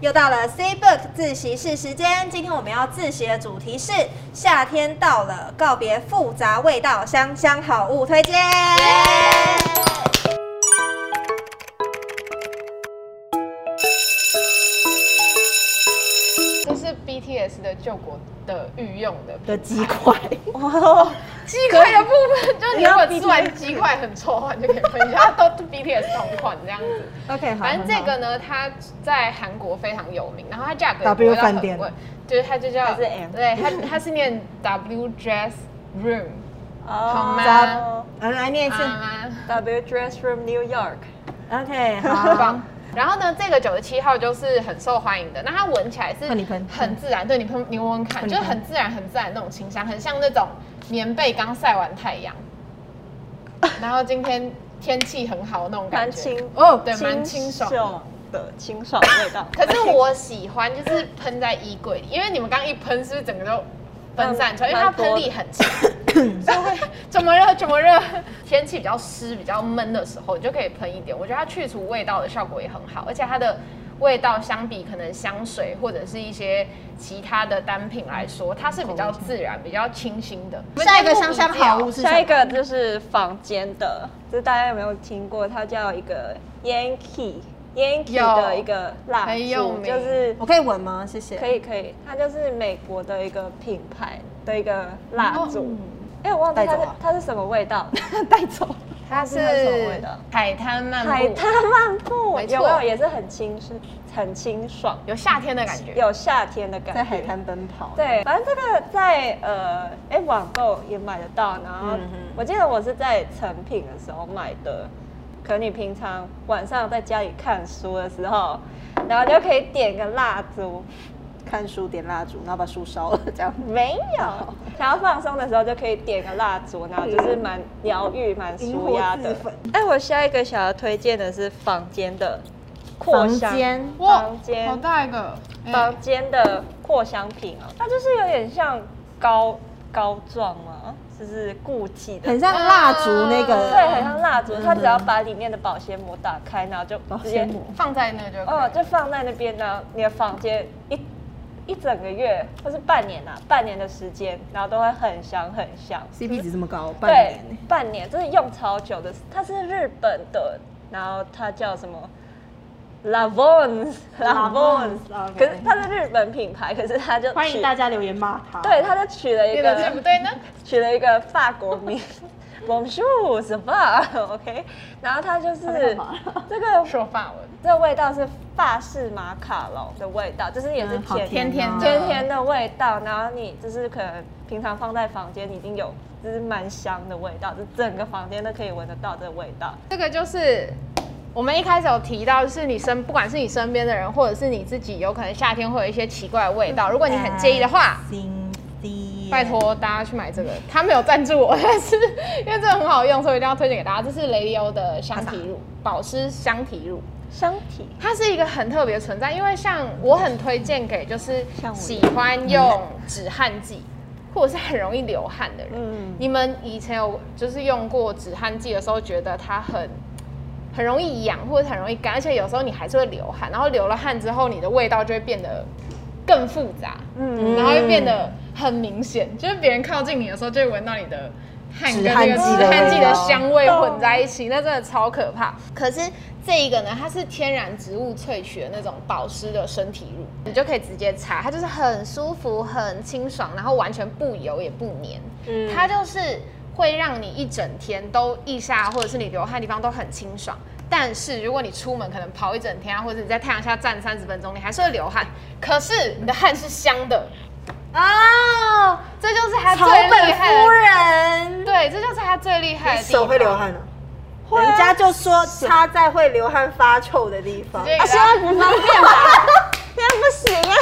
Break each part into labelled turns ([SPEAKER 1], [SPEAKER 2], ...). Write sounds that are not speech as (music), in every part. [SPEAKER 1] 又到了 C Book 自习室时间，今天我们要自习的主题是夏天到了，告别复杂味道，香香好物推荐。
[SPEAKER 2] 这是 BTS 的救国的御用的
[SPEAKER 3] 的鸡块，
[SPEAKER 1] 哇，
[SPEAKER 2] 鸡块的部分，就是你如果
[SPEAKER 3] 你要
[SPEAKER 2] 吃完鸡块很臭的话，你就可以分享，它都是 BTS 同款这样子。
[SPEAKER 3] OK，好，
[SPEAKER 2] (laughs) 反正这
[SPEAKER 3] 很好
[SPEAKER 2] 个呢，它在韩国非常有名，然后它价格也不会
[SPEAKER 3] W
[SPEAKER 2] 到很
[SPEAKER 3] 饭店
[SPEAKER 2] 贵，就是它就叫
[SPEAKER 3] 还是 M
[SPEAKER 2] 对它它是念 W Dress Room 好吗
[SPEAKER 1] 哦
[SPEAKER 3] 啊来念一次
[SPEAKER 2] 啊。
[SPEAKER 1] W Dress Room New York，
[SPEAKER 3] ，OK，
[SPEAKER 2] 很
[SPEAKER 3] 好
[SPEAKER 2] 棒。然后呢，这个九十七号就是很受欢迎的，那它闻起来是
[SPEAKER 3] 换你喷
[SPEAKER 2] 很自然，对你喷你闻闻看，
[SPEAKER 3] 换你
[SPEAKER 2] 就
[SPEAKER 3] 喷
[SPEAKER 2] 是很自然很自然的那种清香，很像那种棉被刚晒完太阳，然后今天天气很好那种感
[SPEAKER 4] 蛮
[SPEAKER 2] 觉
[SPEAKER 4] 清
[SPEAKER 2] 哦，对，蛮清爽的。。
[SPEAKER 4] 的清爽的味道
[SPEAKER 2] 可是我喜欢就是喷在衣柜里，因为你们刚一喷是不是整个都分散出来？
[SPEAKER 4] 嗯
[SPEAKER 2] 因为它喷力很强，
[SPEAKER 4] (coughs)
[SPEAKER 2] 所以会怎么热怎么热。天气比较湿、比较闷的时候，你就可以喷一点。我觉得它去除味道的效果也很好，而且它的味道相比可能香水或者是一些其他的单品来说，它是比较自然、比较清新的。
[SPEAKER 3] 下一个香香好物是什么
[SPEAKER 4] 下一个就是房间的，这大家有没有听过？它叫一个 Yankee Yankee
[SPEAKER 2] 有
[SPEAKER 4] 的一个蜡
[SPEAKER 2] 很有
[SPEAKER 4] 烛，
[SPEAKER 2] 名
[SPEAKER 4] 就是
[SPEAKER 3] 我可以闻吗？谢谢。
[SPEAKER 4] 可以可以，它就是美国的一个品牌的一个蜡
[SPEAKER 2] 哦
[SPEAKER 4] 烛。哎、我忘记
[SPEAKER 3] 带走
[SPEAKER 4] 它是
[SPEAKER 3] 啊
[SPEAKER 4] 它是什么味道，
[SPEAKER 3] 带走。
[SPEAKER 2] 它
[SPEAKER 4] 是很有
[SPEAKER 2] 是
[SPEAKER 4] 味道
[SPEAKER 2] 海滩漫步，
[SPEAKER 4] 海滩漫步，
[SPEAKER 2] 没
[SPEAKER 4] 有
[SPEAKER 2] 错
[SPEAKER 4] 没有也是很清是很清爽，
[SPEAKER 2] 有夏天的感觉。
[SPEAKER 4] 有夏天的感觉。
[SPEAKER 3] 在海滩奔跑，
[SPEAKER 4] 对，反正这个在呃，哎、网购也买得到。然后
[SPEAKER 3] 嗯哼
[SPEAKER 4] 我记得我是在成品的时候买的，可能你平常晚上在家里看书的时候，然后就可以点个蜡烛，
[SPEAKER 3] 看书点蜡烛，然后把书烧了，这样
[SPEAKER 4] 没
[SPEAKER 3] (laughs)
[SPEAKER 4] 有，想要放松的时候就可以点个蜡烛，然后就是蛮疗愈、蛮舒压
[SPEAKER 3] 引火
[SPEAKER 4] 的
[SPEAKER 3] 自焚。
[SPEAKER 4] 哎、我下一个想要推荐的是房间的扩
[SPEAKER 3] 房
[SPEAKER 4] 香，
[SPEAKER 3] 间
[SPEAKER 2] 哇
[SPEAKER 4] 房间
[SPEAKER 2] 好大一个，哎
[SPEAKER 3] 嗯
[SPEAKER 4] 房间的扩香瓶哦，它就是有点像膏膏状嘛，就是固体的，
[SPEAKER 3] 很像蜡烛那
[SPEAKER 2] 嗯
[SPEAKER 4] 对，
[SPEAKER 3] 个，
[SPEAKER 4] 很像蜡烛。它只要把里面的保鲜膜打开，然后就
[SPEAKER 3] 保
[SPEAKER 4] 直接
[SPEAKER 3] 鲜，膜。
[SPEAKER 2] 放在那就可以
[SPEAKER 4] 哦，就放在那边，然后你的房间一一整个月或是半年啊，半年的时间，然后都会很香很香。
[SPEAKER 3] CP 值这么高，半
[SPEAKER 4] 对
[SPEAKER 3] 年，
[SPEAKER 4] 半年，真的用超久的。它是日本的，然后它叫什么？Lavons，Lavons，
[SPEAKER 3] Lavons，
[SPEAKER 4] 可是它是日本品牌，可是它就
[SPEAKER 3] 欢迎
[SPEAKER 4] 取
[SPEAKER 3] 大家留言骂他。
[SPEAKER 4] 对，，他就取了一
[SPEAKER 2] 变得对
[SPEAKER 4] 个
[SPEAKER 2] 不对呢？
[SPEAKER 4] 取了一个法国名 (laughs) ，Bonjour，什么？OK，然后它就是
[SPEAKER 3] 好像好
[SPEAKER 4] 这个
[SPEAKER 2] 说法文，
[SPEAKER 4] 这个味道是法式马卡龙的味道，就是也是
[SPEAKER 3] 嗯好
[SPEAKER 4] 甜
[SPEAKER 3] 甜
[SPEAKER 2] 甜
[SPEAKER 3] 哦
[SPEAKER 4] 甜甜的味道，然后你就是可能平常放在房间已经有就是蛮香的味道，就整个房间都可以闻得到这个味道。
[SPEAKER 2] 这个就是我们一开始有提到，就是你身不管是你身边的人，或者是你自己，有可能夏天会有一些奇怪的味道。如果你很介意的话，
[SPEAKER 3] 心机，
[SPEAKER 2] 拜托大家去买这个。他没有赞助我，但是因为这个很好用，所以一定要推荐给大家。这是雷利欧的香体乳，保湿香体乳。
[SPEAKER 4] 香体
[SPEAKER 2] 它是一个很特别的存在，因为像我很推荐给就是喜欢用止汗剂，或者是很容易流汗的人。
[SPEAKER 4] 嗯
[SPEAKER 2] 你们以前有就是用过止汗剂的时候，觉得它很很容易痒，或者很容易干，而且有时候你还是会流汗，然后流了汗之后，你的味道就会变得更复杂，嗯，然后会变得很明显，就是别人靠近你的时候，就会闻到你的汗跟那个
[SPEAKER 3] 止汗剂
[SPEAKER 2] 止
[SPEAKER 3] 的
[SPEAKER 2] 汗剂
[SPEAKER 3] 味
[SPEAKER 2] 的
[SPEAKER 3] 道
[SPEAKER 2] 香味混在一起，那真的超可怕。可是这一个呢，它是天然植物萃取的那种保湿的身体乳，你就可以直接擦，它就是很舒服、很清爽，然后完全不油也不黏，
[SPEAKER 4] 嗯
[SPEAKER 2] 它就是会让你一整天都腋下或者是你流汗的地方都很清爽。但是如果你出门可能跑一整天啊，或者你在太阳下站三十分钟，你还是会流汗，可是你的汗是香的，
[SPEAKER 1] 哦，
[SPEAKER 2] 这就是它
[SPEAKER 1] 草
[SPEAKER 2] 最厉
[SPEAKER 1] 本
[SPEAKER 2] 害
[SPEAKER 1] 夫
[SPEAKER 2] 的。
[SPEAKER 1] 人，
[SPEAKER 2] 对，这就是它最厉害的地方。
[SPEAKER 3] 手会流汗啊。人家就说擦在会流汗发臭的地方，
[SPEAKER 1] 啊
[SPEAKER 2] 这个
[SPEAKER 4] 不方便吧？现在不行啊。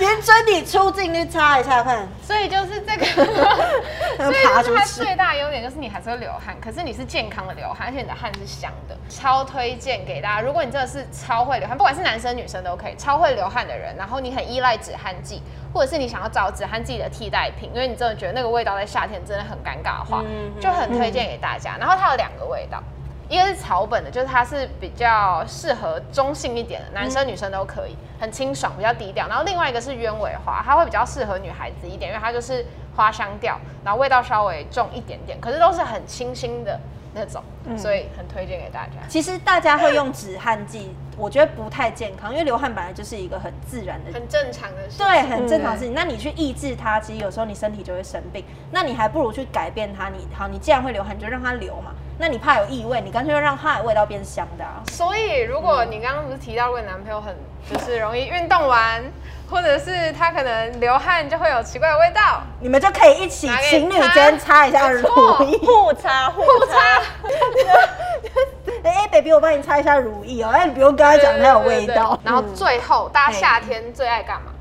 [SPEAKER 3] 连真理出镜去擦一下看。
[SPEAKER 2] 所以就是这个，
[SPEAKER 3] (laughs)
[SPEAKER 2] 所以
[SPEAKER 3] 爬
[SPEAKER 2] 就
[SPEAKER 3] 出
[SPEAKER 2] 是它
[SPEAKER 3] 去
[SPEAKER 2] 最大的优点就是你还是会流汗，可是你是健康的流汗，而且你的汗是香的，超推荐给大家。如果你真的是超会流汗，不管是男生女生都可以，超会流汗的人，然后你很依赖止汗剂，或者是你想要找止汗剂的替代品，因为你真
[SPEAKER 3] 嗯
[SPEAKER 2] 的觉得那个味道在夏天真的很尴尬的话，就很推荐给大家。然后它有两个味道，一个是草本的，就是它是比较适合中性一点的，男生女生都可以，很清爽，比较低调。然后另外一个是鸢尾花，它会比较适合女孩子一点，因为它就是花香调，然后味道稍微重一点点，可是都是很清新的那种，所以很推荐给大家。
[SPEAKER 1] 其实大家会用止汗剂，我觉得不太健康，因为流汗本来就是一个很自然的
[SPEAKER 2] 很正常的事情，
[SPEAKER 1] 对，很正常的事情。那你去抑制它，其实有时候你身体就会生病。那你还不如去改变它。你好，你既然会流汗，你就让它流嘛。那你怕有异味，你干脆就让它的味道变香的啊。
[SPEAKER 2] 所以，如果你刚刚不是提到，如果男朋友很就是容易运动完，或者是他可能流汗就会有奇怪的味道，
[SPEAKER 1] 你们就可以一起
[SPEAKER 2] 拿给
[SPEAKER 1] 情侣
[SPEAKER 2] 他
[SPEAKER 1] 间擦一下乳
[SPEAKER 2] 错
[SPEAKER 1] 液。
[SPEAKER 4] 互擦互
[SPEAKER 2] (laughs)
[SPEAKER 4] 擦，
[SPEAKER 1] (laughs) 哎、b a b y 我帮你擦一下乳液哦。哎、你不用跟他讲它有味道嗯
[SPEAKER 2] 对对对对。然后最后，大
[SPEAKER 1] 嘿
[SPEAKER 2] 家夏天最爱干嘛？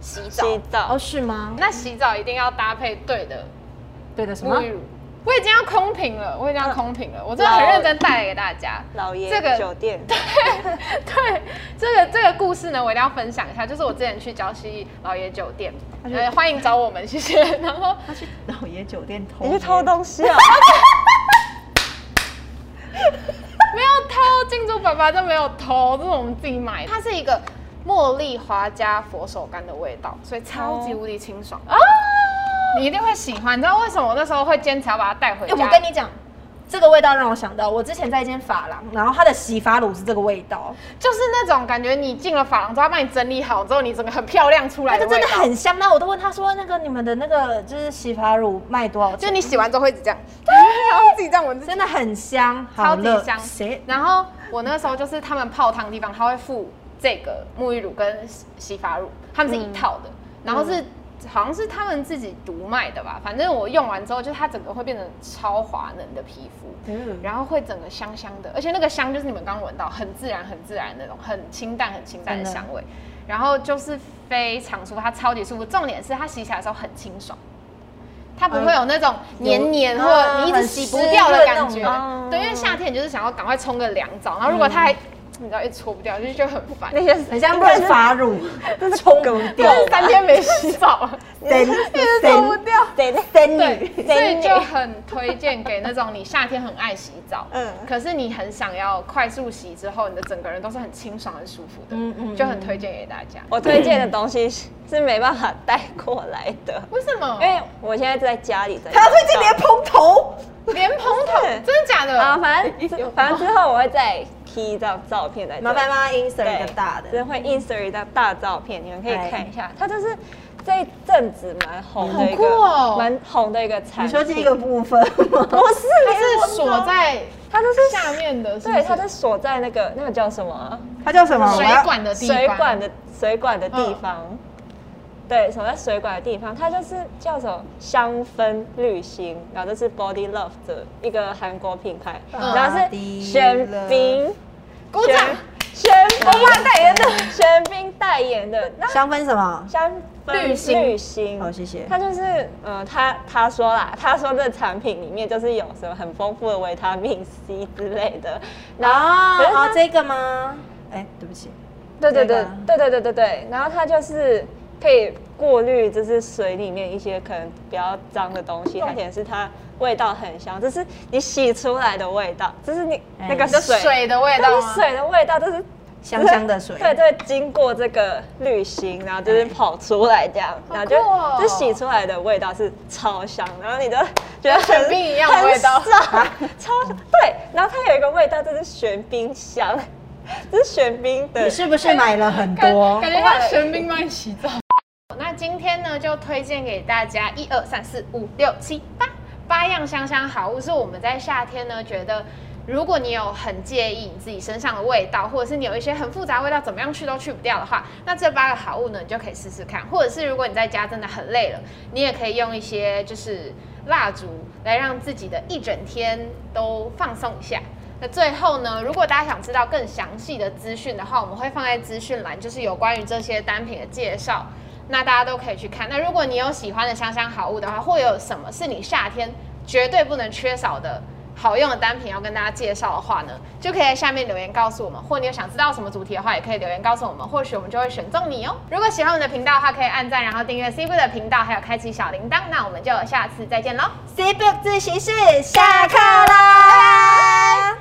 [SPEAKER 2] 洗澡。
[SPEAKER 4] 洗澡
[SPEAKER 1] 哦，。是吗？
[SPEAKER 2] 那洗澡一定要搭配对的
[SPEAKER 1] 对的，什
[SPEAKER 2] 沐
[SPEAKER 1] 么？啊
[SPEAKER 2] 浴乳。我已经要空瓶了，我已经要空瓶了，我真的很认真带给大家。
[SPEAKER 4] 老爷
[SPEAKER 2] 这个 (laughs)
[SPEAKER 4] 酒店，
[SPEAKER 2] 对，这个这个故事呢，我一定要分享一下，就是我之前去礁溪老爷酒店，呃，欢迎找我们，谢谢。然后
[SPEAKER 1] 老爷酒店偷
[SPEAKER 4] 你去偷东西哦？
[SPEAKER 2] 没有偷，金主爸爸都没有偷，这是我们自己买的。它是一个茉莉花加佛手柑的味道，所以超级无敌清爽啊！你一定会喜欢，你知道为什么我那时候会坚持要把它带回
[SPEAKER 1] 哎、
[SPEAKER 2] 家？
[SPEAKER 1] 我跟你讲，这个味道让我想到，我之前在一间发廊，然后它的洗发乳是这个味道，
[SPEAKER 2] 就是那种感觉，你进了发廊之后，他帮你整理好之后，你整个很漂亮出来
[SPEAKER 1] 那
[SPEAKER 2] 的
[SPEAKER 1] 个
[SPEAKER 2] 味道，
[SPEAKER 1] 哎真的很香。那我都问他说，那个你们的那个就是洗发乳卖多少
[SPEAKER 2] 就
[SPEAKER 1] 钱？
[SPEAKER 2] 是你洗完之后会一直这样，
[SPEAKER 1] 啊
[SPEAKER 2] 然后自己这样闻，
[SPEAKER 1] 真的很香，
[SPEAKER 2] 超
[SPEAKER 1] 好
[SPEAKER 2] 级
[SPEAKER 1] 了
[SPEAKER 2] 香
[SPEAKER 1] 谁？
[SPEAKER 2] 然后我那个时候就是他们泡汤的地方，他会附这个沐浴乳跟洗洗发乳，他们是一套
[SPEAKER 1] 嗯
[SPEAKER 2] 的，然后是。好像是他们自己独卖的吧，反正我用完之后，就它整个会变成超滑嫩的皮肤，
[SPEAKER 1] 嗯
[SPEAKER 2] 然后会整个香香的，而且那个香就是你们刚刚闻到，很自然、很自然的那种，很清淡、很清淡的
[SPEAKER 1] 真的
[SPEAKER 2] 香味，然后就是非常舒服，它超级舒服。重点是它洗起来的时候很清爽，它不会有那种黏黏或
[SPEAKER 1] 哎啊
[SPEAKER 2] 你一直
[SPEAKER 1] 很
[SPEAKER 2] 洗不
[SPEAKER 1] 湿
[SPEAKER 2] 掉的
[SPEAKER 1] 润那
[SPEAKER 2] 感
[SPEAKER 1] 种
[SPEAKER 2] 觉
[SPEAKER 1] 吗，
[SPEAKER 4] 哦
[SPEAKER 2] 对，因为夏天你就是想要赶快冲个凉澡，然后如果它
[SPEAKER 4] 嗯
[SPEAKER 2] 还你知道一直搓不掉，就就很烦。
[SPEAKER 4] 那些
[SPEAKER 1] 很像润发 (laughs) 乳，
[SPEAKER 4] 冲梗掉
[SPEAKER 2] 就是三天没洗 (laughs) 澡了，
[SPEAKER 1] 真
[SPEAKER 4] 冲不
[SPEAKER 1] 真
[SPEAKER 4] 掉，对
[SPEAKER 1] 真
[SPEAKER 2] 对
[SPEAKER 1] 女，，
[SPEAKER 2] 所以就很推荐给那种你夏天很爱洗澡，嗯
[SPEAKER 4] 嗯，
[SPEAKER 2] 可是你很想要快速洗之后，你的整个人都是很清爽、很舒服的，
[SPEAKER 1] 嗯嗯
[SPEAKER 2] 就很推荐给大家。
[SPEAKER 4] 我推荐的东西是是没办法带过来的，
[SPEAKER 2] 为什么
[SPEAKER 4] 因？为我现在在家里在。
[SPEAKER 1] 他要推荐连蓬头，
[SPEAKER 2] 莲蓬头，真的假
[SPEAKER 4] 啊，
[SPEAKER 2] 的？
[SPEAKER 4] 反正反正之后我会再 P 一张照片在这里
[SPEAKER 1] 麻烦帮他 insert
[SPEAKER 4] 对
[SPEAKER 1] 一个大
[SPEAKER 4] 只
[SPEAKER 1] 的。
[SPEAKER 4] 会 insert 一张大照片，你们可以
[SPEAKER 1] 哎
[SPEAKER 4] 看一下，它就是这一阵子蛮红的一
[SPEAKER 2] 好酷哦
[SPEAKER 4] 个，蛮红的一个产品。
[SPEAKER 1] 你说这一个部分 (laughs) 吗？
[SPEAKER 4] 不是，
[SPEAKER 2] 它是锁在
[SPEAKER 4] 它就是
[SPEAKER 2] 下面的，是不
[SPEAKER 4] 对，
[SPEAKER 2] 是
[SPEAKER 4] 它是锁在那个那个叫什么啊
[SPEAKER 1] 它叫什么？我
[SPEAKER 2] 水
[SPEAKER 1] 要
[SPEAKER 2] 管的地方，
[SPEAKER 4] 水管的水管的地方。对，锁在水管的地方，它就是叫什么香氛滤芯，然后这是 Body Love 的一个韩国品牌，
[SPEAKER 1] 嗯
[SPEAKER 4] 然后
[SPEAKER 1] Body
[SPEAKER 4] 是玄
[SPEAKER 1] Love
[SPEAKER 4] 彬，
[SPEAKER 2] 鼓掌。
[SPEAKER 4] 玄彬代言的，玄彬代言的，那
[SPEAKER 1] 香氛什么？
[SPEAKER 4] 香氛
[SPEAKER 2] 滤芯
[SPEAKER 4] 滤芯，
[SPEAKER 1] 好，谢谢。
[SPEAKER 4] 它就是呃，他他说啦，他说这产品里面就是有什么很丰富的维他命 C 之类的，然后、可是
[SPEAKER 1] 哦
[SPEAKER 4] 它
[SPEAKER 1] 哦，这个吗？哎，对不起，
[SPEAKER 4] 对对
[SPEAKER 1] 这
[SPEAKER 4] 对
[SPEAKER 1] 个
[SPEAKER 4] 对对对对对，然后它就是可以过滤，就是水里面一些可能比较脏的东西，而且是它味道很香，这是你洗出来的味道，这是你
[SPEAKER 1] 哎
[SPEAKER 4] 那个
[SPEAKER 2] 你的
[SPEAKER 4] 水，
[SPEAKER 2] 水的味道
[SPEAKER 4] 这
[SPEAKER 2] 吗
[SPEAKER 4] 是？水的味道，这是。
[SPEAKER 1] 香香的水。
[SPEAKER 4] 对对，经过这个滤芯，然后就是跑出来这样，然后就、
[SPEAKER 2] 酷哦
[SPEAKER 4] 就洗出来的味道是超香，然后你就觉得
[SPEAKER 2] 跟
[SPEAKER 4] 很
[SPEAKER 2] 玄彬一样的味道
[SPEAKER 4] 很爽超对。然后它有一个味道，就是玄彬香， (laughs) 这是玄彬的
[SPEAKER 1] 你是不是买了很
[SPEAKER 2] 感
[SPEAKER 1] 多
[SPEAKER 2] 感？觉像神兵帮你洗澡。那今天呢，就推荐给大家一二三四五六七八八样香香好物，是我们在夏天呢觉得。如果你有很介意你自己身上的味道，或者是你有一些很复杂的味道，怎么样去都去不掉的话，那这八个好物呢，你就可以试试看。或者是如果你在家真的很累了，你也可以用一些就是蜡烛来让自己的一整天都放松一下。那最后呢，如果大家想知道更详细的资讯的话，我们会放在资讯栏，就是有关于这些单品的介绍。那大家都可以去看。那如果你有喜欢的香香好物的话，或有什么是你夏天绝对不能缺少的好用的单品要跟大家介绍的话呢，就可以在下面留言告诉我们。或你有想知道什么主题的话，也可以留言告诉我们，或许我们就会选中你哦。如果喜欢我们的频道的话，可以按赞，然后订阅 C 部的频道，还有开启小铃铛。那我们就下次再见喽。
[SPEAKER 1] C Book 自习室下课啦！